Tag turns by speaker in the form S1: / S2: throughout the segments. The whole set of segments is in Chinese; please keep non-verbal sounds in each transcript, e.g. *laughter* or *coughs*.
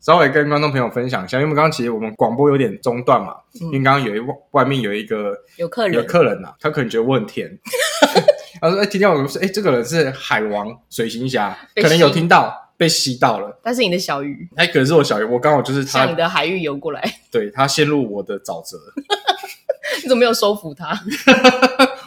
S1: 稍微跟观众朋友分享一下，因为我们刚刚其实我们广播有点中断嘛，因为
S2: 嗯，
S1: 刚刚有一外外面有一个
S2: 有客
S1: 有
S2: 人，
S1: 客人呐、啊他可能觉得我很
S2: *laughs*
S1: 甜，他说：“哎、今天我是哎、这个人是海王水行侠，
S2: 被
S1: 可能有
S2: 吸
S1: 听到被吸到了，
S2: 但是你的小鱼
S1: 哎、可能是我小姨，我刚好就是
S2: 向你
S1: 他，
S2: 的海域游过来， *laughs*
S1: 对他陷入我的沼泽。 *laughs*
S2: 你怎么没有收服它？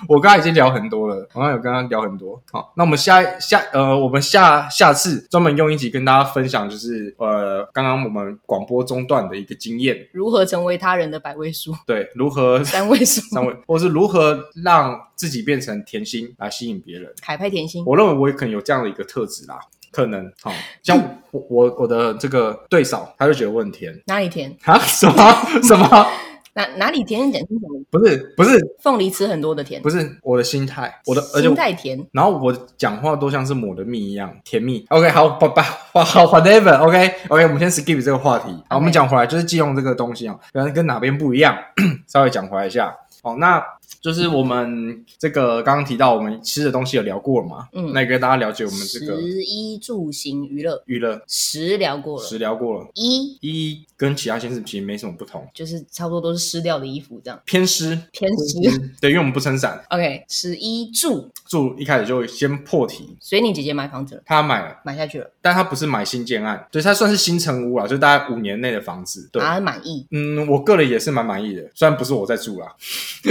S1: 我刚刚已经聊很多了，我刚刚有跟他聊很多。好，那我们下下呃，我们下下次专门用一集跟大家分享，就是呃，刚刚我们广播中断的一个经验，
S2: 如何成为他人的百位数、 *laughs*
S1: 对，如何
S2: 单位数？
S1: 三位，或是如何让自己变成甜心来吸引别人。
S2: 海派甜心，
S1: 我认为我也可能有这样的一个特质啦，可能好、像我我我的这个对手，他就觉得我很甜 *laughs*
S2: 哪里甜？
S1: 啊？什么什么？
S2: 哪哪里甜？你讲清楚。
S1: 不是不是
S2: 凤梨吃很多的甜，
S1: 不是我的心态，我的而且
S2: 心
S1: 我
S2: 太甜。
S1: 然后我讲话都像是抹的蜜一样甜蜜。OK，好，拜拜，哇好，whatever。OK，OK，我们先 skip 这个话题。好，我们
S2: OK
S1: 讲回来，就是借用这个东西啊，可能跟哪边不一样， *clears throat* 稍微讲回来一下。好，那就是我们这个刚刚提到我们吃的东西有聊过了嘛？
S2: 嗯
S1: 那也跟大家了解我们这个
S2: 食衣住行娱乐，
S1: 娱乐
S2: 食聊过
S1: 食
S2: 了，
S1: 聊过了，
S2: 衣
S1: 一跟其他县市其实没什么不同，
S2: 就是差不多都是湿掉的衣服这样。
S1: 偏湿。
S2: 偏食
S1: 对，因为我们不撑伞。
S2: ，OK，食衣住。
S1: 住一开始就先破题，
S2: 所以你姐姐买房子了，
S1: 他买了。
S2: 买下去了，
S1: 但它不是买新建案，就是它算是新成屋啦，就大概五年内的房子。对，
S2: 啊，满意。
S1: 嗯，我个人也是蛮满意的，虽然不是我在住啦， *laughs*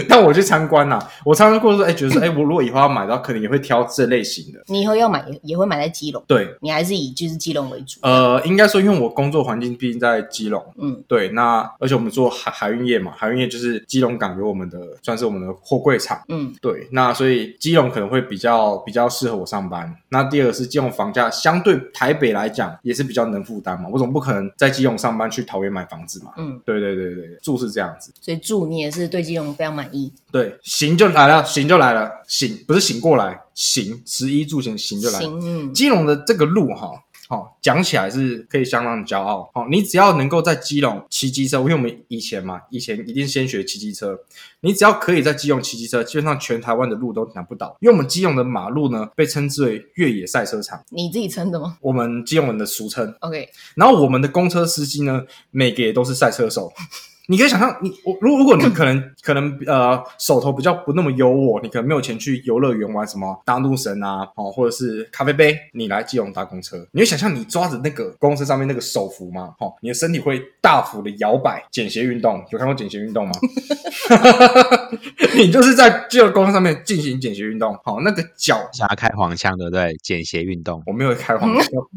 S1: 但我去参观啦，我参观过说，哎、觉得说，哎、我如果以后要买到，可能也会挑这类型的。
S2: 你以后要买也也会买在基隆，
S1: 对，
S2: 你还是以就是基隆为主。
S1: 呃，应该说，因为我工作环境毕竟在基隆。
S2: 嗯，
S1: 对，那而且我们做海海运业嘛，海运业就是基隆港有我们的，算是我们的货柜厂。
S2: 嗯，
S1: 对，那所以基隆可能会比较比较适合我上班。那第二个是基隆房价相对台北来讲也是比较能负担嘛，我总不可能在基隆上班去桃园买房子嘛。
S2: 嗯，
S1: 对对对对，对住是这样子。
S2: 所以住你也是对基隆非常满意，
S1: 对，行就来了，行就来了，行不是醒过来，行十一住行行就来了。
S2: 行，嗯，
S1: 基隆的这个路哈。好、讲起来是可以相当骄傲。好、你只要能够在基隆骑机车，因为我们以前嘛，以前一定先学骑机车。你只要可以在基隆骑机车，基本上全台湾的路都难不倒。因为我们基隆的马路呢，被称之为越野赛车场，
S2: 你自己撑的吗
S1: 我们基隆人的俗称。
S2: ？OK，
S1: 然后我们的公车司机呢，每个也都是赛车手。 *laughs* 你可以想象，你我如如果你可能 *coughs* 可能呃手头比较不那么优渥，你可能没有钱去游乐园玩什么大怒神啊，哦或者是咖啡杯，你来基隆搭公车，你会想象你抓着那个公车上面那个手扶吗？哦，你的身体会大幅的摇摆。减鞋运动有看过减鞋运动吗？ *laughs* 你就是在基隆公车上面进行减鞋运动，好、那个脚
S3: 想要开黄腔，对不对？减鞋运动，
S1: 我没有开黄腔， *laughs*
S2: 要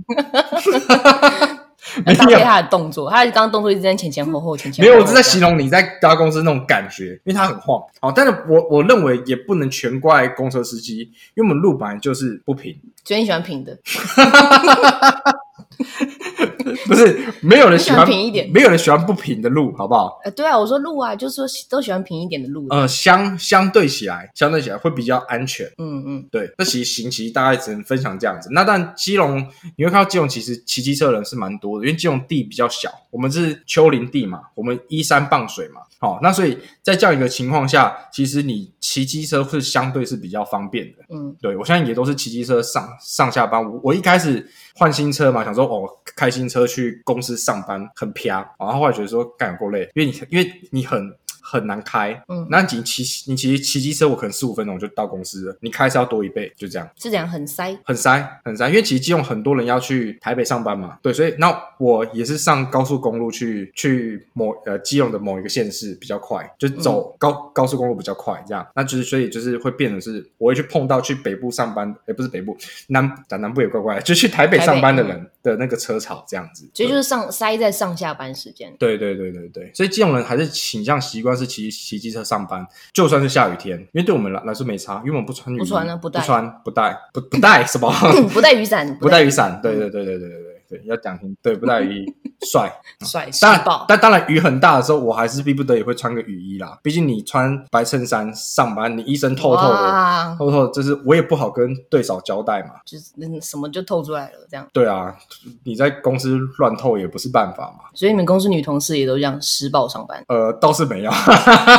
S2: 呃搭
S1: 没有
S2: 配他的动作，他刚刚动作一直在前前后后前前
S1: 没
S2: 后后。
S1: 有，我是在形容你在搭公司那种感觉，因为它很晃。好，但是我我认为也不能全怪公车司机，因为我们路本来就是不平，
S2: 所以你喜欢平的，
S1: 不是没有人喜欢
S2: 你喜欢平一点
S1: 没有人喜欢不平的路，好不好？
S2: 呃，对啊，我说路啊，就是说都喜欢平一点的路。
S1: 呃，相相对起来，相对起来会比较安全。
S2: 嗯嗯，
S1: 对，那其实行其实大概只能分享这样子。那但基隆你会看到基隆其实骑机车的人是蛮多的，因为基隆地比较小，我们是丘陵地嘛，我们依山傍水嘛。好、那所以在这样一个情况下，其实你骑机车是相对是比较方便的。
S2: 嗯，
S1: 对我现在也都是骑机车上上下班。我我一开始换新车嘛，想说哦，开新车去公司上班很啪，然后后来觉得说干有够累，因为你因为你很。很难开，
S2: 嗯
S1: 那你骑你骑骑机车，我可能十五分钟就到公司了。你开车要多一倍，就这样，
S2: 是这样很塞，
S1: 很塞很塞。因为其实基隆很多人要去台北上班嘛，对，所以那我也是上高速公路去去某呃基隆的某一个县市比较快，
S2: 嗯
S1: 就走高、高速公路比较快，这样，那就是所以就是会变成是我会去碰到去北部上班，也、不是北部南南南部也怪怪的，就去台北
S2: 台北
S1: 上班的
S2: 嗯
S1: 人的那个车潮这样子，
S2: 所以
S1: 对
S2: 就是上塞在上下班时间。
S1: 对对对对对，所以基隆人还是倾向习惯是骑骑机车上班，就算是下雨天，因为对我们来来说没差，因为我们不穿雨衣，
S2: 不穿啊不带
S1: 不穿不带不不带什么， *laughs*
S2: 嗯不带雨伞，
S1: 不带雨伞，嗯对对对对对对对对，要讲清，对不带雨 *laughs* 衣帅。
S2: 帅
S1: 当
S2: 帅
S1: 然
S2: 爆，，
S1: 但当然雨很大的时候，我还是逼不得已会穿个雨衣啦，毕竟你穿白衬衫上班，你一身透透的。
S2: 哇，
S1: 透透的就是我也不好跟对手交代嘛，
S2: 就是嗯什么就透出来了这样。
S1: 对啊，你在公司乱透也不是办法嘛。
S2: 所以你们公司女同事也都这样施暴上班，
S1: 呃，倒是没有， *laughs*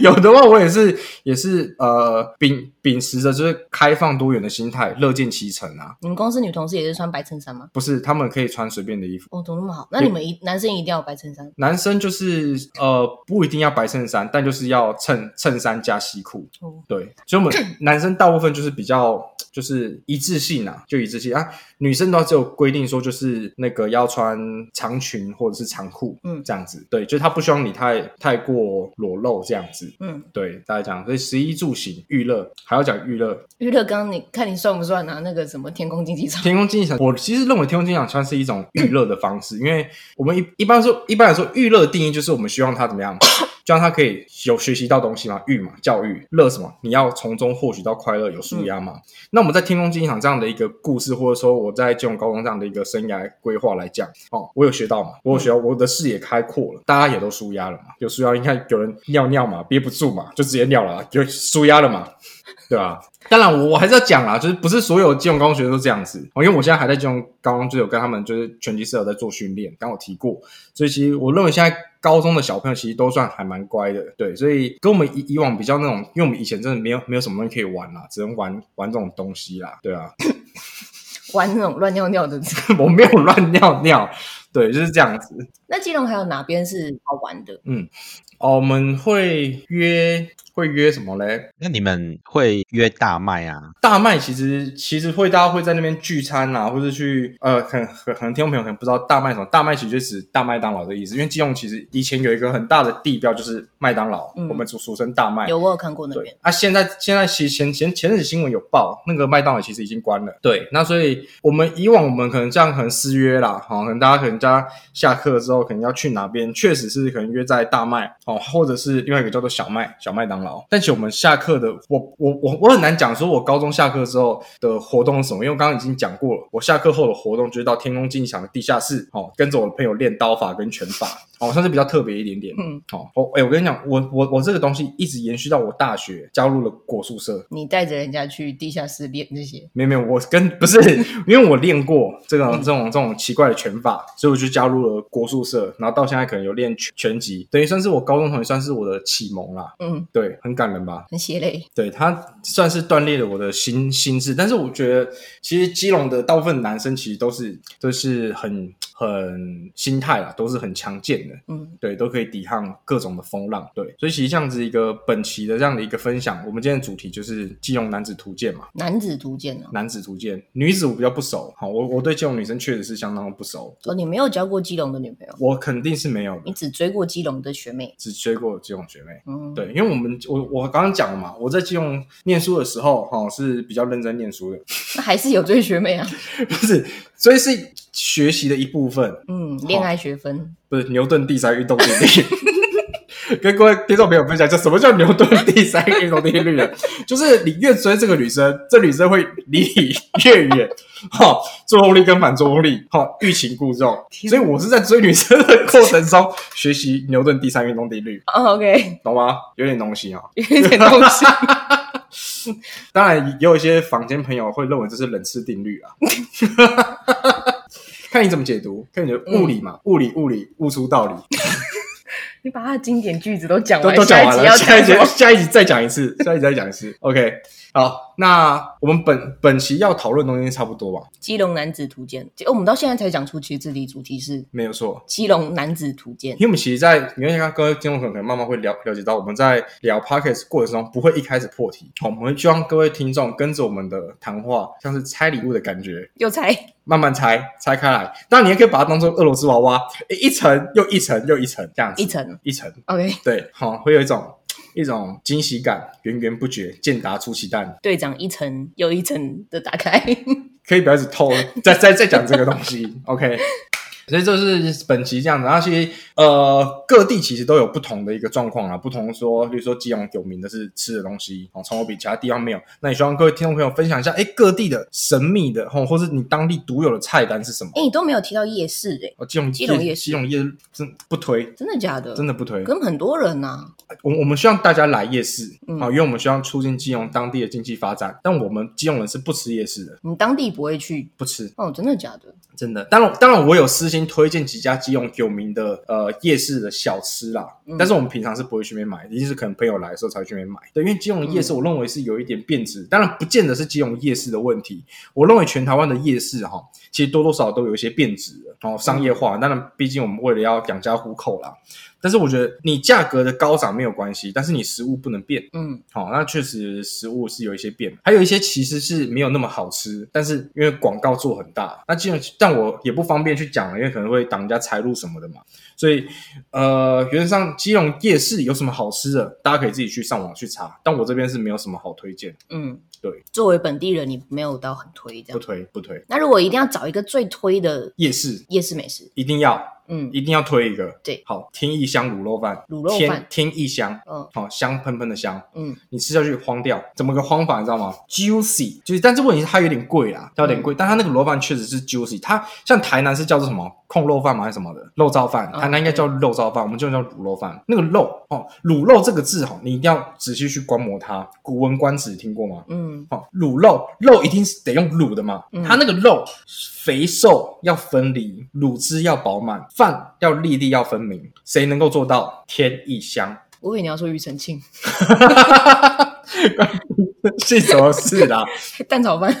S1: 有的话我也是也是呃秉秉持着就是开放多元的心态，乐见其成啊。
S2: 你们公司女同事也是穿白衬衫吗？
S1: 不是他们可以穿随便的衣服，
S2: 哦，怎么那么好，那你们一男生一定要有白衬衫，
S1: 男生就是呃不一定要白衬衫，但就是要衬衬衫加西裤。
S2: 哦
S1: 对，所以我们男生大部分就是比较就是一致性啊，就一致性啊。女生的话只有规定说就是那个要穿长裙或者是长裤，
S2: 嗯
S1: 这样子。对，就是他不希望你太太过裸露这样子。
S2: 嗯，
S1: 对，大家讲，所以十一住行娱乐还要讲娱乐，
S2: 娱乐刚刚你看你算不算啊？那个什么天空竞技场，
S1: 天空竞技场，我其实认为天空竞技场算是一种娱乐的方式，因为我们一一般说一般来说娱乐的定义就是我们希望他怎么样，就让他可以有学习到东西嘛，育嘛，教育乐什么，你要从中获取到快乐，有舒压嘛。那我们在天空竞技场这样的一个故事，或者说我在金融高中这样的一个生涯规划来讲，哦，我有学到嘛，我有学到，我的视野开阔了，大家也都舒压了嘛，有舒压，你看有人尿尿嘛，憋不住嘛，就直接尿了啊，有舒压了嘛，对啊，当然我我还是要讲啦，就是不是所有基隆高中学生都这样子哦，因为我现在还在基隆高中，就有跟他们就是拳击社有在做训练，刚好提过，所以其实我认为现在高中的小朋友其实都算还蛮乖的，对，所以跟我们以以往比较那种，因为我们以前真的没有没有什么东西可以玩啦，只能玩玩这种东西啦，对啊， *laughs*
S2: 玩那种乱尿尿的。 *laughs*
S1: 我没有乱尿尿，对，就是这样子。
S2: 那基隆还有哪边是好玩的？
S1: 哦，我们会约会约什么嘞？
S3: 那你们会约大麦啊？
S1: 大麦其实其实会大家会在那边聚餐啊，或者去呃，可能可能听众朋友可能不知道大麦什么，大麦其实就是指大麦当劳的意思，因为基隆其实以前有一个很大的地标就是麦当劳，
S2: 嗯
S1: 我们俗俗称大麦。
S2: 有我有看过那边
S1: 对，啊，现在现在其实前前前日新闻有报，那个麦当劳其实已经关了。对，那所以我们以往我们可能这样可能私约啦，好、可能大家可能大家下课之后可能要去哪边，确实是可能约在大麦哦，或者是另外一个叫做小麦小麦当劳。但其实我们下课的，我我我我很难讲说我高中下课之后的活动是什么，因为我刚刚已经讲过了，我下课后的活动就是到天空竞技场的地下室哦，跟着我的朋友练刀法跟拳法哦，算是比较特别一点点。
S2: 嗯，
S1: 哦，我、哎、我跟你讲，我我我这个东西一直延续到我大学加入了果宿舍。
S2: 你带着人家去地下室练这些，
S1: 没有没有，我跟不是，因为我练过这种这种这种奇怪的拳法，所以我就加入了国术社，然后到现在可能有练拳拳击，等于算是我高中同学，算是我的启蒙啦。
S2: 嗯，
S1: 对，很感人吧？
S2: 很血泪。
S1: 对他算是锻炼了我的心心智，但是我觉得其实基隆的大部分男生其实都是都是很很心态啦，都是很强健的。
S2: 嗯，
S1: 对，都可以抵抗各种的风浪。对，所以其实这样子一个本期的这样的一个分享，我们今天的主题就是基隆男子图鉴嘛，
S2: 男子图鉴啊，
S1: 男子图鉴，女子我比较不熟。好，我我对基隆女生确实是相当不熟，
S2: 哦，你没有交过基隆的女朋友，
S1: 我肯定是没有
S2: 你
S1: 的，
S2: 只追过基隆的学妹。
S1: 只追过基隆学妹。
S2: 嗯，
S1: 对，因为我们我我刚刚讲了嘛，我在基隆念书的时候，哈、是比较认真念书的， *laughs*
S2: 那还是有追学妹啊。
S1: 不是，所以是学习的一部分，
S2: 嗯，恋爱学分，
S1: 不是牛顿第三运动定律。 *laughs* 跟各位听众朋友分享一下，什么叫牛顿第三运动定律呢？ *laughs* 就是你越追这个女生，这女生会离你越远，哈、作用力跟反作用力，哈、欲擒故纵。所以我是在追女生的过程中学习牛顿第三运动定律，
S2: 哦、，OK， *laughs*
S1: 懂吗？有点东西啊、
S2: 有一点东西。
S1: *laughs* 当然，也有一些坊间朋友会认为这是冷次定律啊， *laughs* 看你怎么解读，看你的物理嘛，物理物理悟出道理。
S2: 你把他的经典句子都讲
S1: 都
S2: 完，
S1: 都讲完
S2: 下一集
S1: 了，
S2: 要
S1: 下一
S2: 讲
S1: 集
S2: 什么？
S1: 下一集再讲一次，下一集再讲一次。OK，好，那我们本本期要讨论的东西差不多吧？
S2: 基隆男子图鉴，哦我们到现在才讲出，其实这里主题是
S1: 没有错。
S2: 基隆男子图鉴
S1: 因。为我们其实在，你看，各位听众可能慢慢会了了解到，我们在聊 podcast 过程中不会一开始破题，好，我们会希望各位听众跟着我们的谈话，像是拆礼物的感觉，
S2: 又猜
S1: 慢慢拆，拆开来。当然，你也可以把它当做俄罗斯娃娃，诶一层又一层又一层这样子，
S2: 一层
S1: 一层，
S2: ，OK，
S1: 对，好，会有一种一种惊喜感，源源不绝，健达出奇蛋。
S2: 队长一层又一层的打开。
S1: 可以不要一直偷，再 *laughs* 再再讲这个东西，OK。所以这是本期这样子，然后其实呃各地其实都有不同的一个状况啊，不同说，比如说基隆有名的是吃的东西哦，从我比其他地方没有。那也希望各位听众朋友分享一下，哎，各地的神秘的哦，或是你当地独有的菜单是什么？
S2: 哎、你都没有提到夜市哎、
S1: 哦，基隆
S2: 基隆夜市
S1: 基隆夜市真不推，
S2: 真的假的？
S1: 真
S2: 的，
S1: 的不推。
S2: 跟很多人呐、
S1: 我我们希望大家来夜市啊、
S2: 嗯
S1: 哦因为我们希望促进基隆当地的经济发展，但我们基隆人是不吃夜市的，
S2: 你当地不会去
S1: 不吃。
S2: 哦，真的假的？
S1: 真的，当然，当然，我有私心推荐几家基隆有名的呃夜市的小吃啦，
S2: 嗯
S1: 但是我们平常是不会去那边买，一定是可能朋友来的时候才会去那边买。对，因为基隆的夜市我认为是有一点变质，当然不见得是基隆夜市的问题，我认为全台湾的夜市哈，其实多多少少都有一些变质了，然后商业化。当然，毕竟我们为了要养家糊口啦，但是我觉得你价格的高涨没有关系，但是你食物不能变。
S2: 嗯，
S1: 好、那确实食物是有一些变，还有一些其实是没有那么好吃，但是因为广告做很大，那基本但我也不方便去讲了，因为可能会挡人家财路什么的嘛。所以呃，原则上基隆夜市有什么好吃的，大家可以自己去上网去查，但我这边是没有什么好推荐，
S2: 嗯，
S1: 对。
S2: 作为本地人，你没有到很推这
S1: 不
S2: 样。
S1: 推不推。
S2: 那如果一定要找一个最推的
S1: 夜市
S2: 夜市美食，
S1: 一定要
S2: 嗯
S1: 一定要推一个，
S2: 对
S1: 好，听异香卤肉饭，
S2: 卤肉
S1: 天
S2: 饭
S1: 天异香，
S2: 嗯
S1: 好、香喷喷的香，
S2: 嗯
S1: 你吃下去荒掉，怎么个荒法你知道吗？Juicy，就是，但是问题是它有点贵啦，它有点贵，但它那个卤肉饭确实是 juicy，它像台南是叫做什么控肉饭吗？还是什么的肉燥饭？
S2: 嗯
S1: 台南应该叫肉燥饭，我们就叫卤肉饭。那个肉哦，卤肉这个字哈、哦，你一定要仔细去观摩它。古文观止听过吗？
S2: 嗯
S1: 哦，卤肉肉一定是得用卤的嘛，
S2: 嗯
S1: 它那个肉肥瘦要分离，卤汁要饱满，饭要粒粒要分明，谁能够做到？天一香。
S2: 我以为你要说庾澄庆
S1: *laughs* 是什么事啊啦？
S2: 蛋炒饭，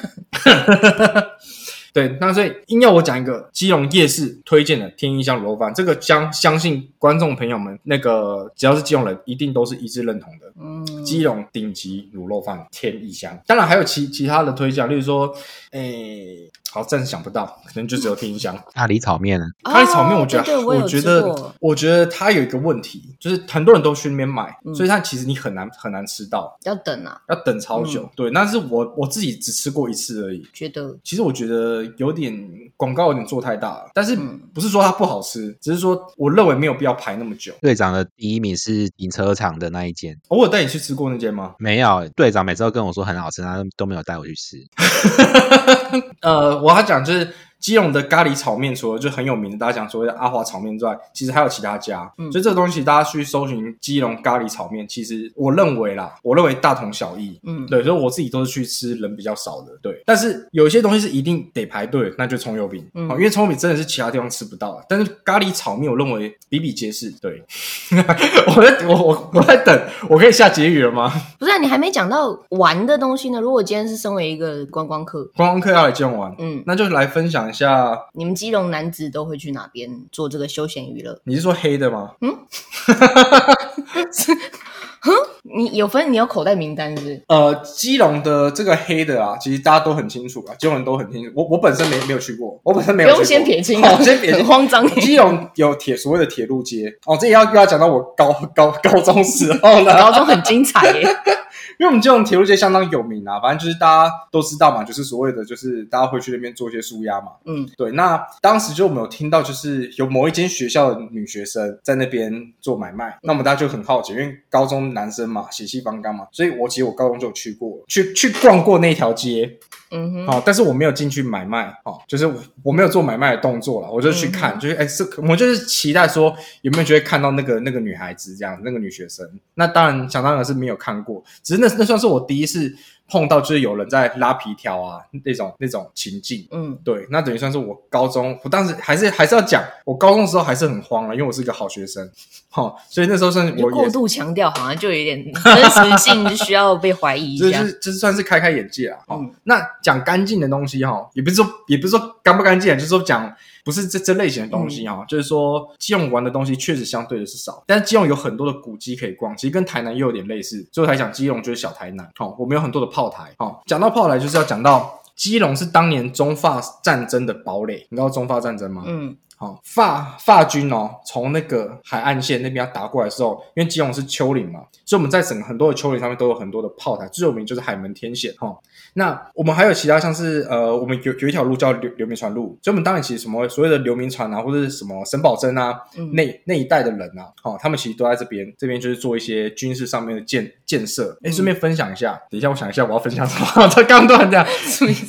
S1: 对，那所以硬要我讲一个基隆夜市推荐的天一香卤肉饭，这个相相信观众朋友们，那个只要是基隆人，一定都是一致认同的。
S2: 嗯，
S1: 基隆顶级卤肉饭天一香，当然还有其其他的推荐，啊例如说，诶、好，暂时想不到，可能就只有天一香。
S3: 咖喱炒面啊，
S1: 咖喱炒面，我觉得、
S2: 哦对对我
S1: 我
S2: 有
S1: 觉
S2: 吃
S1: 得
S2: 过，
S1: 我觉得它有一个问题，就是很多人都去那边买，
S2: 嗯
S1: 所以它其实你很难很难吃到，
S2: 要等啊，
S1: 要等超久。对，但是我我自己只吃过一次而已，
S2: 觉得
S1: 其实我觉得有点广告有点做太大了，但是
S2: 嗯
S1: 不是说它不好吃，只是说我认为没有必要排那么久。
S3: 队长的第一名是停车场的那一间，
S1: 哦我有带你去吃过那间吗？ *laughs*
S3: 没有，队长每次都跟我说很好吃，他都没有带我去吃。
S1: 呃，我要讲就是基隆的咖喱炒面，除了就很有名的大家讲所谓的阿华炒面之外，其实还有其他家。
S2: 嗯
S1: 所以这个东西大家去搜寻基隆咖喱炒面，其实我认为啦，我认为大同小异。
S2: 嗯，
S1: 对，所以我自己都是去吃人比较少的，对。但是有一些东西是一定得排队，那就葱油饼，哦
S2: 嗯
S1: 好因为葱油饼真的是其他地方吃不到的。啊但是咖喱炒面，我认为比比皆是。对， *laughs* 我在我我我在等，我可以下结语了吗？
S2: 不是、啊、你还没讲到玩的东西呢。如果今天是身为一个观光客，
S1: 观光客要来基隆玩，
S2: 嗯，
S1: 那就来分享一下。
S2: 你们基隆男子都会去哪边做这个休闲娱乐？
S1: 你是说黑的吗？
S2: 你有分，你有口袋名单是不是？
S1: 呃，基隆的这个黑的啊，其实大家都很清楚啊，基隆人都很清楚。我我本身没没有去过，我本身没
S2: 不
S1: 有去
S2: 用
S1: 过。
S2: 先撇清、
S1: 好
S2: 啊，
S1: 我先撇清
S2: *laughs* 很。慌张、
S1: *laughs* 基隆有铁所谓的铁路街哦，这也要又要讲到我高高高中时候了，
S2: 高中很精彩
S1: *laughs*
S2: 耶、
S1: 因为我们基隆铁路街相当有名啊，反正就是大家都知道嘛，就是所谓的就是大家会去那边做一些舒压嘛。
S2: 嗯
S1: 对，那当时就我们有听到，就是有某一间学校的女学生在那边做买卖，那我们大家就很好奇，因为高中男生嘛，血气方刚嘛，所以我其实我高中就有去过，去去逛过那条街，
S2: 嗯哼，
S1: 好、哦但是我没有进去买卖，哦，就是我我没有做买卖的动作了，我就去看，就是哎，是我就是期待说有没有觉得看到那个那个女孩子这样，那个女学生，那当然想当然是没有看过，只是那那算是我第一次碰到就是有人在拉皮条啊那种那种情境。
S2: 嗯
S1: 对，那等于算是我高中，我当时还是还是要讲，我高中的时候还是很慌啊了，因为我是一个好学生，哈、所以那时候算是
S2: 你
S1: 我
S2: 过
S1: 也
S2: 度强调，好像就有点真实性就需要被怀疑
S1: 就
S2: 一下。
S1: 是就是算是开开眼界啊。哦，
S2: 嗯
S1: 那讲干净的东西哈、哦，也不是说也不是说干不干净啊，就是说讲不是这这类型的东西
S2: 嗯
S1: 哈、哦，就是说基隆玩的东西确实相对的是少，但是基隆有很多的古迹可以逛，其实跟台南又有点类似，所以我才讲基隆就是小台南。哦，我们有很多的炮台。哦，讲到炮台就是要讲到。基隆是当年中法战争的堡垒，你知道中法战争吗？
S2: 嗯
S1: 好、法法军哦，从那个海岸线那边要打过来的时候，因为基隆是丘陵嘛，所以我们在整个很多的丘陵上面都有很多的炮台，最有名就是海门天险哈、哦。那我们还有其他像是呃，我们有有一条路叫流流民船路，所以我们当然其实什么所谓的流民船啊，或者是什么沈葆桢啊，
S2: 嗯，
S1: 那那一代的人啊，哦，他们其实都在这边，这边就是做一些军事上面的建建设。哎，
S2: 嗯
S1: 顺便分享一下，等一下我想一下我要分享什么， *laughs* 他刚刚突然这样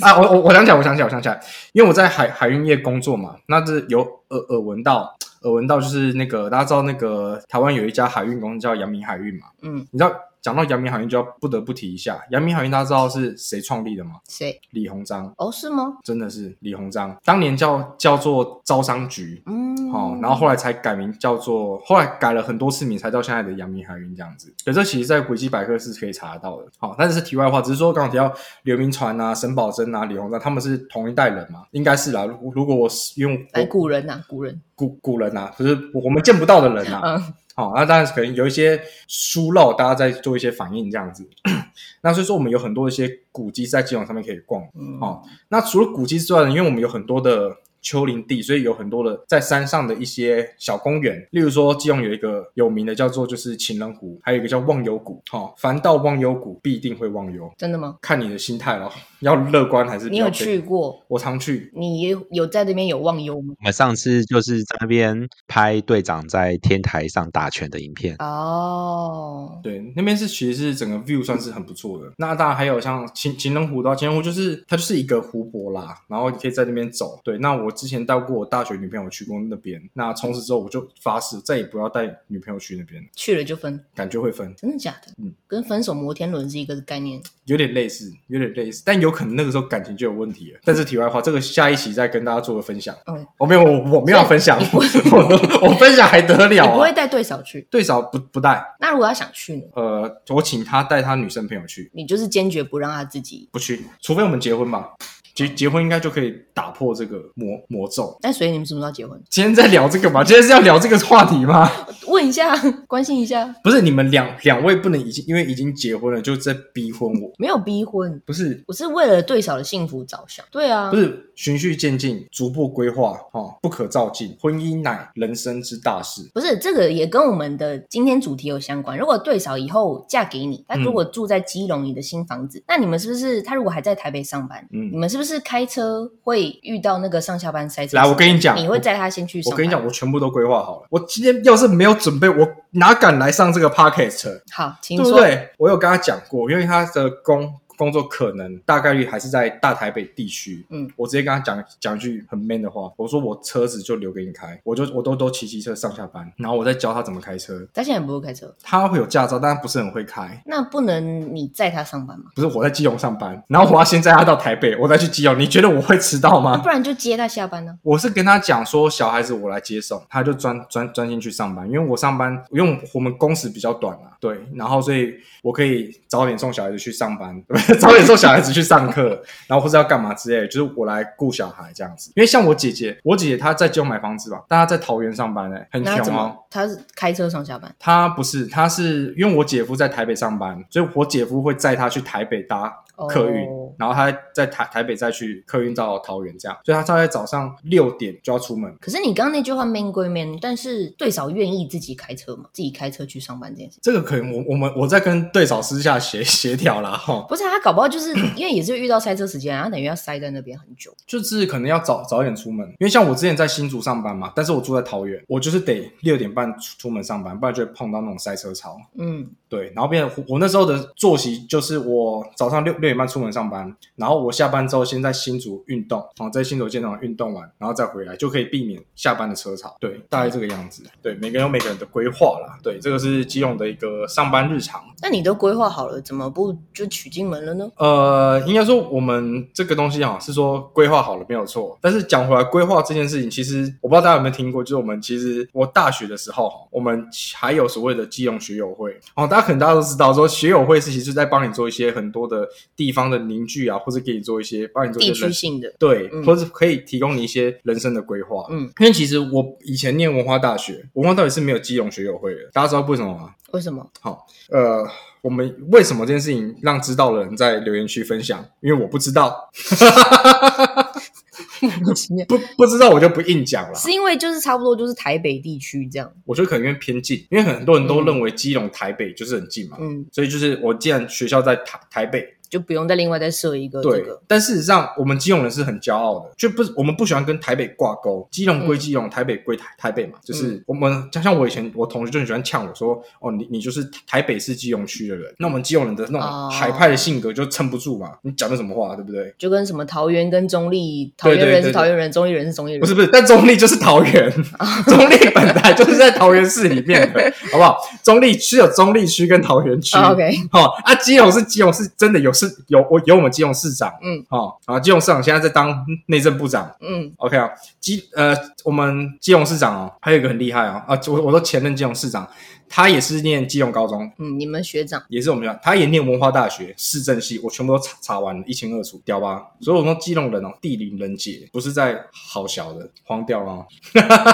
S1: 啊，我我我想起来，我想起来，我想起来，因为我在海海运业工作嘛，那是有耳耳闻到。耳闻到就是那个大家知道那个台湾有一家海运公司叫阳明海运嘛，
S2: 嗯
S1: 你知道讲到阳明海运，就要不得不提一下阳明海运，大家知道是谁创立的吗？
S2: 谁？
S1: 李鸿章，
S2: 哦，是吗？
S1: 真的是李鸿章，当年叫叫做招商局。
S2: 嗯，
S1: 哦，然后后来才改名叫做，后来改了很多次名，才到现在的阳明海运这样子。可这其实，在维基百科是可以查得到的。好、但是是题外话，只是说刚好提到刘铭传啊、沈葆桢啊、李鸿章，他们是同一代人嘛，应该是啦。如如果我是因为
S2: 哎，
S1: 我
S2: 古人呐、古人，
S1: 古古人啊，就是我们见不到的人啊，
S2: 嗯，
S1: 好、那当然可能有一些疏漏，大家在做一些反应这样子。 *clears throat* 那所以说，我们有很多一些古迹在基隆上面可以逛。
S2: 嗯
S1: 好、哦那除了古迹之外呢，因为我们有很多的丘陵地，所以有很多的在山上的一些小公园，例如说基隆有一个有名的叫做就是情人湖，还有一个叫忘忧谷。好、凡到忘忧谷必定会忘忧，
S2: 真的吗？看
S1: 看你的心态咯，要乐观还是比
S2: 你
S1: 较
S2: 有
S1: 悲
S2: 去？过？
S1: 我常去，
S2: 你有有在那边有忘忧吗？
S3: 我们上次就是在那边拍队长在天台上打拳的影片，
S2: 哦，
S1: 对，那边是其实是整个 view 算是很不错的。那当然还有像秦秦人湖的话，秦人湖就是它就是一个湖泊啦，然后你可以在那边走。对，那我之前带过我大学女朋友去过那边，那从此之后我就发誓再也不要带女朋友去那边了，
S2: 去了就分，
S1: 感觉会分，
S2: 真的假的？
S1: 嗯，
S2: 跟分手摩天轮是一个概念。
S1: 有点类似，有点类似，但有可能那个时候感情就有问题了。但是题外话，这个下一期再跟大家做个分享。
S2: 嗯，
S1: 我、没有，我我没有要分 *laughs* 享，
S2: 你
S1: 我我我分享还得
S2: 你
S1: 了
S2: 不会
S1: 啊？
S2: 带对手去？
S1: 对少不不带，
S2: 那如果他想去呢？
S1: 呃，我请他带他女生朋友去。
S2: 你就是坚决不让他自己。
S1: 不去，除非我们结婚吧。结结婚应该就可以打破这个魔魔咒。
S2: 但所以你们什么时候结婚？
S1: 今天在聊这个吗？今天是要聊这个话题吗？
S2: 问一下， *laughs* 关心一下，
S1: 不是，你们两两位不能已经因为已经结婚了，就在逼婚我。
S2: 没有逼婚，
S1: 不是，
S2: 我是为了对手的幸福着想。对啊，
S1: 不是，循序渐进，逐步规划，哦，不可照进。婚姻乃人生之大事。
S2: 不是，这个也跟我们的今天主题有相关。如果对嫂以后嫁给你，那
S1: 嗯
S2: 如果住在基隆你的新房子，那你们是不是他如果还在台北上班，
S1: 嗯，
S2: 你们是不是开车会遇到那个上下班塞车？
S1: 来，我跟你讲，
S2: 你会载他先去上
S1: 我
S2: 班。
S1: 跟你讲，我全部都规划好了。我今天要是没有准备，我哪敢来上这个 podcast？
S2: 好，请
S1: 对
S2: 说。
S1: 不对？我有跟他讲过，因为他的工工作可能大概率还是在大台北地区。
S2: 嗯，
S1: 我直接跟他讲讲一句很 man 的话，我说我车子就留给你开，我就我都都骑机车上下班，然后我再教他怎么开车。
S2: 他现在不会开车，
S1: 他会有驾照，但他不是很会开。
S2: 那不能你载他上班吗？
S1: 不是我在基隆上班，然后我要先载他到台北，我再去基隆。你觉得我会迟到
S2: 那
S1: 吗？
S2: 啊
S1: *laughs*
S2: 不然就接他下班呢、
S1: 我是跟他讲说，小孩子我来接送，他就专专专心去上班，因为我上班，因为我们工时比较短啊，对，然后所以我可以早点送小孩子去上班， *laughs* 早点送小孩子去上课，然后或者要干嘛之类的，就是我来顾小孩这样子。因为像我姐姐，我姐姐她在基隆买房子吧，但她在桃园上班哎、很
S2: 那他怎
S1: 穷哦。
S2: 么？他是开车上下班？
S1: 她不是，她是因为我姐夫在台北上班，所以我姐夫会载她去台北搭
S2: 哦
S1: 客运，然后他在台台北再去客运到桃园这样，所以他大概早上六点就要出门。
S2: 可是你刚刚那句话 man 归 man，但是对嫂愿意自己开车嘛？自己开车去上班这件事情。
S1: 这个可能我我们我在跟对手私下协协调啦，哈，
S2: 不是啊他搞不好就是因为也是遇到塞车时间啊，他等于要塞在那边很久。
S1: 就是可能要早早一点出门，因为像我之前在新竹上班嘛，但是我住在桃园，我就是得六点半出出门上班，不然就会碰到那种塞车潮。
S2: 嗯，
S1: 对，然后变成我那时候的作息就是我早上六六点半出门上班，然后我下班之后先在新竹运动，然后在新竹健身房运动完，然后再回来，就可以避免下班的车潮。对，大概这个样子。对，每个人有每个人的规划啦。对，这个是基隆的一个上班日常。
S2: 那你都规划好了，怎么不就娶进门了呢？
S1: 呃，应该说我们这个东西啊，是说规划好了没有错。但是讲回来，规划这件事情，其实我不知道大家有没有听过，就是我们其实我大学的时候，我们还有所谓的基隆学友会 *laughs* 哦，大家可能大家都知道，说学友会是其实在帮你做一些很多的地方的凝聚啊，或者给你做一些帮你做一
S2: 地
S1: 些人
S2: 区性的，
S1: 对，
S2: 嗯
S1: 或者可以提供你一些人生的规划。
S2: 嗯，
S1: 因为其实我以前念文化大学，文化大学是没有基隆学友会的，大家知道为什么吗？
S2: 为什么？ *laughs*
S1: 呃，我们为什么这件事情让知道的人在留言区分享？因为我不知道，不不知道我就不硬讲了。
S2: 是因为就是差不多就是台北地区这样，
S1: 我觉得可能因为偏近，因为很多人都
S2: 嗯
S1: 认为基隆、台北就是很近嘛，
S2: 嗯，
S1: 所以就是我既然学校在台台北，
S2: 就不用再另外再设一个呃这
S1: 对，
S2: 个。
S1: 但事实上，我们基隆人是很骄傲的，就不是我们不喜欢跟台北挂钩。基隆
S2: 嗯
S1: 归基隆，台北归台台北嘛，就是我们就像我以前我同学就很喜欢呛我说：“哦，你你就是台北市基隆区的人。”那我们基隆人的那
S2: 哦
S1: 种海派的性格就撑不住嘛，你讲的什么话，对不对？
S2: 就跟什么桃园跟中立，桃园
S1: 对
S2: 人是
S1: 对
S2: 桃园人，中立人是中立人，
S1: 不是不是，但中立就是桃园，
S2: 哦
S1: *laughs* 中立本来就是在桃园市里面
S2: *laughs*
S1: 的，好不好？中立区有中立区跟桃园区。
S2: 啊 OK，
S1: 哦，啊，基隆是基隆是真的有市有我有我们基隆市长，
S2: 嗯，
S1: 哦，啊，基隆市长现在在当内政部长，
S2: 嗯
S1: OK 啊，基呃，我们基隆市长哦，还有一个很厉害哦，啊，我我说前任基隆市长，他也是念基隆高中，
S2: 嗯，你们学长
S1: 也是我们学校，他也念文化大学市政系，我全部都查查完了，一清二楚，屌吧？所以我说基隆人哦，地灵人杰，不是在好小的，荒掉啊。 *laughs*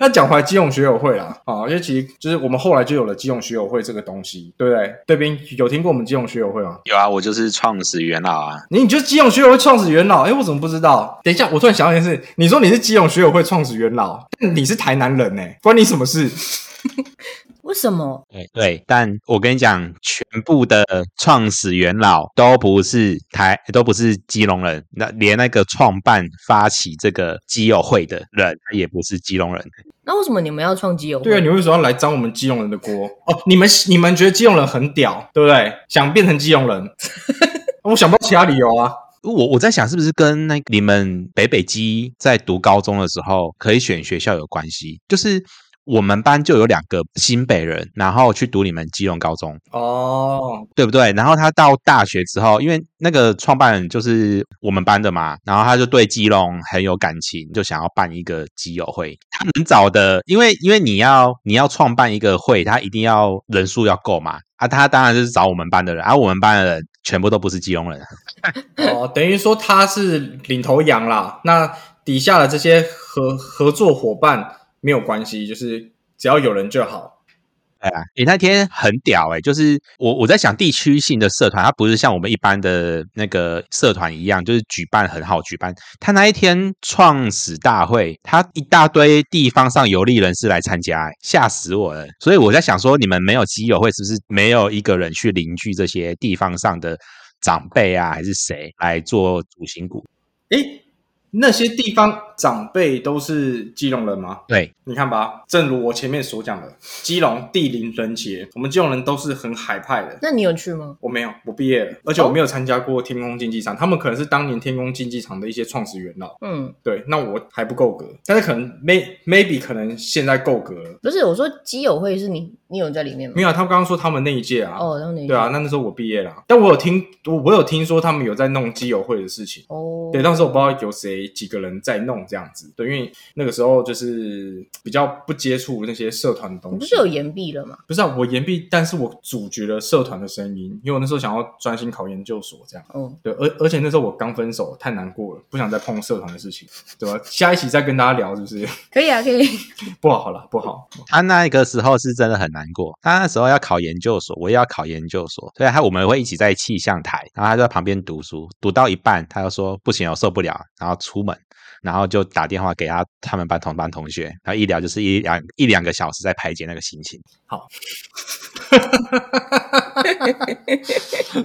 S1: 那讲回来基隆学友会啦，啊、因为其实就是我们后来就有了基隆学友会这个东西，对不对？对边有听过我们基隆学友会吗？
S3: 有啊，我就是创始元老啊。
S1: 你你就是基隆学友会创始元老？哎、我怎么不知道？等一下，我突然想到一件事，你说你是基隆学友会创始元老，但你是台南人呢、关你什么事？
S2: 为什么？
S3: 对对，但我跟你讲，全部的创始元老都不是台，都不是基隆人，那连那个创办发起这个基友会的人，他也不是基隆人。
S2: 那为什么你们要创基友会？
S1: 对啊，你为什么要来沾我们基隆人的锅？哦，你们你们觉得基隆人很屌，对不对？想变成基隆 *laughs* 人，我想不到其他理由啊。
S3: 我我在想，是不是跟那个你们北北基在读高中的时候可以选学校有关系？就是我们班就有两个新北人，然后去读你们基隆高中，
S1: 哦，
S3: 对不对？然后他到大学之后，因为那个创办人就是我们班的嘛，然后他就对基隆很有感情，就想要办一个基友会。他能找的，因为因为你要你要创办一个会，他一定要人数要够嘛。啊，他当然就是找我们班的人，而、啊、我们班的人全部都不是基隆人。
S1: 哦，等于说他是领头羊啦，那底下的这些合合作伙伴没有关系，就是只要有人就好。
S3: 对啊，你那天很屌哎、就是我我在想地区性的社团，它不是像我们一般的那个社团一样，就是举办很好举办。他那一天创始大会，他一大堆地方上游历人士来参加、欸，吓死我了。所以我在想说，你们没有基友会，是不是没有一个人去凝聚这些地方上的长辈啊，还是谁来做主心骨？
S1: 诶，那些地方长辈都是基隆人吗？
S3: 对，
S1: 你看吧，正如我前面所讲的，基隆地灵人杰，我们基隆人都是很海派的。
S2: 那你有去吗？
S1: 我没有，我毕业了，而且我
S2: 哦
S1: 没有参加过天空竞技场，他们可能是当年天空竞技场的一些创始元老。
S2: 嗯，
S1: 对，那我还不够格，但是可能 may maybe 可能现在够格了。
S2: 不是，我说基友会是你，你有在里面吗
S1: 没？有啊，他们刚刚说他们那一届啊，
S2: 哦，然后你
S1: 对啊，，那那时候我毕业了，但我有听，我我有听说他们有在弄基友会的事情。
S2: 哦，
S1: 对，当时我不知道有谁几个人在弄这样子，对，因为那个时候就是比较不接触那些社团的东
S2: 你
S1: 西。
S2: 不是有延毕了吗？
S1: 不是啊，我延毕，但是我阻绝了社团的声音，因为我那时候想要专心考研究所这样。
S2: 哦，
S1: 对，而而且那时候我刚分手，太难过了，不想再碰社团的事情，对吧？下一期再跟大家聊，是不是？ *laughs*
S2: 可以啊，可以。 *laughs*
S1: 不好了，不好。
S3: 他那个时候是真的很难过，他那时候要考研究所，我也要考研究所，所以他我们会一起在气象台，然后他就在旁边读书，读到一半他就说不行，我受不了，然后出门，然后就打电话给他他们班同班同学，然后一聊就是一两一两个小时在排解那个心情。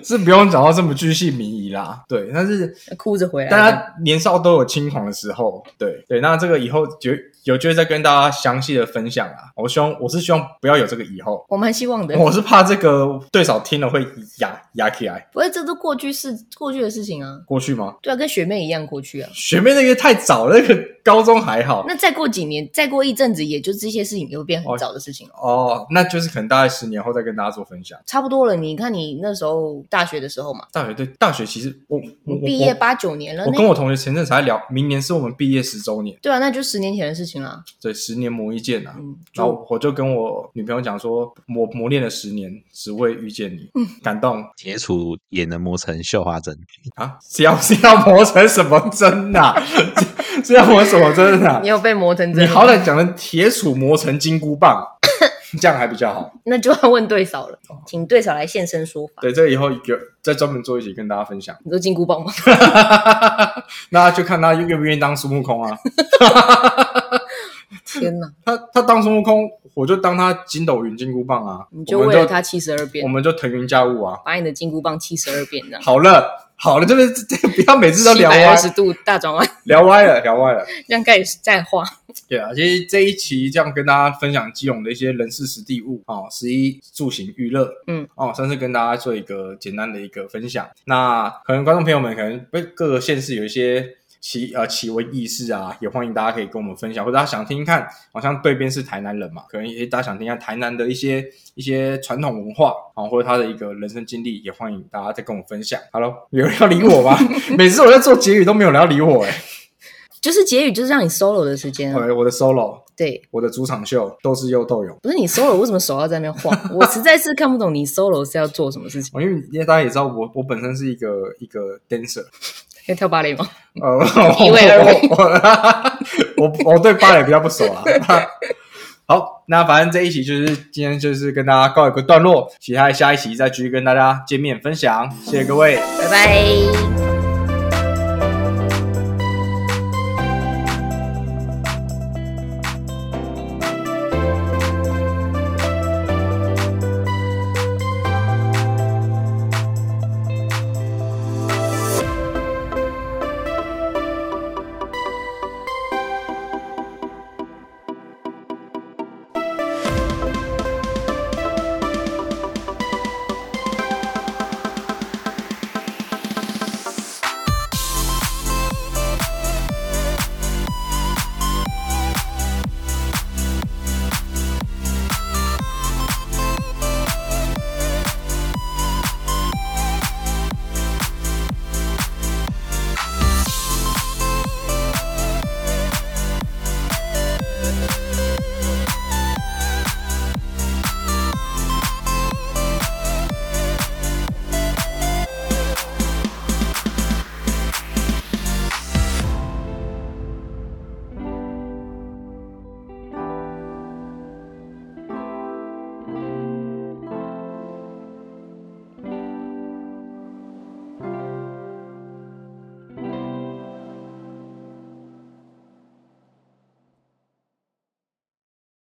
S1: 是不用讲到这么巨细靡遗啦。对，但是
S2: 哭着回来。
S1: 大家年少都有轻狂的时候，对对。那这个以后就有机会再跟大家详细的分享啦。我希望我是希望不要有这个以后，
S2: 我蛮希望的。
S1: 我是怕这个对手听了会压压起来。
S2: 不会，这都过去事，过去的事情啊。
S1: 过去吗？
S2: 对啊，跟学妹一样过去啊。
S1: 学妹那个太早了，那个高中还好。
S2: 那再过几年，再过一阵子，也就这些事情又变很
S1: 哦
S2: 早的事情了。
S1: 哦，那就是可能大概十年后再跟大家做分享。
S2: 差不多了，你看你那时候大学的时候嘛，
S1: 大学对大学，其实我我
S2: 你
S1: 我
S2: 毕业八九年了，
S1: 我
S2: 那
S1: 跟我同学前阵才聊，明年是我们毕业十周年，
S2: 对啊，那就十年前的事情啦。
S1: 对，十年磨一剑啊。
S2: 嗯，
S1: 然
S2: 就
S1: 后我就跟我女朋友讲说，磨磨练了十年，只为遇见你，
S2: 嗯
S1: 感动
S3: 解除也能磨成绣花针，
S1: 啊！是要 *laughs* 是要磨成什么针呐、啊？ *laughs* 是是要磨什么针
S2: *laughs*
S1: 啊
S2: 你？有被磨成这
S1: 你
S2: 样，
S1: 好歹讲成铁杵磨成金箍棒， *coughs* 这样还比较好。
S2: 那就要问对嫂了，请对嫂来现身说法。
S1: 哦对，这个以后有再专门做一集跟大家分享。
S2: 你说金
S1: *laughs*
S2: 箍棒吗？
S1: 那就看他愿不愿意当孙悟空啊。
S2: 天哪！
S1: 他他当孙悟空，我就当他筋斗云金箍棒啊，
S2: *laughs* 你就
S1: 我们
S2: 为
S1: 就
S2: 了他七十二变
S1: 我，们就腾云驾雾啊。
S2: 把你的金箍棒七十二变，
S1: *laughs*
S2: 这样
S1: 好了好了，这边这这不要每次都
S2: 七
S1: 聊
S2: 百
S1: 歪
S2: 二十度大转弯，
S1: 聊歪了聊歪了。
S2: 让盖再画。
S1: 对啊，其实这一期这样跟大家分享基隆的一些人事、实地物哦，食衣住行娱乐，
S2: 嗯，
S1: 哦，算是跟大家做一个简单的一个分享。那可能观众朋友们可能被各个县市有一些奇呃奇闻异事啊，也欢迎大家可以跟我们分享，或者大家想听听看，好像对边是台南人嘛，可能也大家想听一下台南的一些一些传统文化啊、哦，或者他的一个人生经历，也欢迎大家再跟我分享。好了，有人要理我吗？ *laughs* 每次我在做结语都没有人要理我哎、
S2: 就是结语，就是让你 solo 的时间、啊。
S1: 我的 solo。
S2: 对，
S1: 我的主场秀都是又斗勇。
S2: 不是你 solo，为什么手要在那边晃？ *laughs* 我实在是看不懂你 solo 是要做什么事情。
S1: 哦，因为因为大家也知道我，我本身是一个一个 dancer，
S2: 要跳芭蕾吗？
S1: 呃，
S2: 一位二位
S1: 我我我我对芭蕾比较不熟啊。好，那反正这一期就是今天就是跟大家告一个段落，期待下一期再继续跟大家见面分享，谢谢各位。
S2: 拜拜。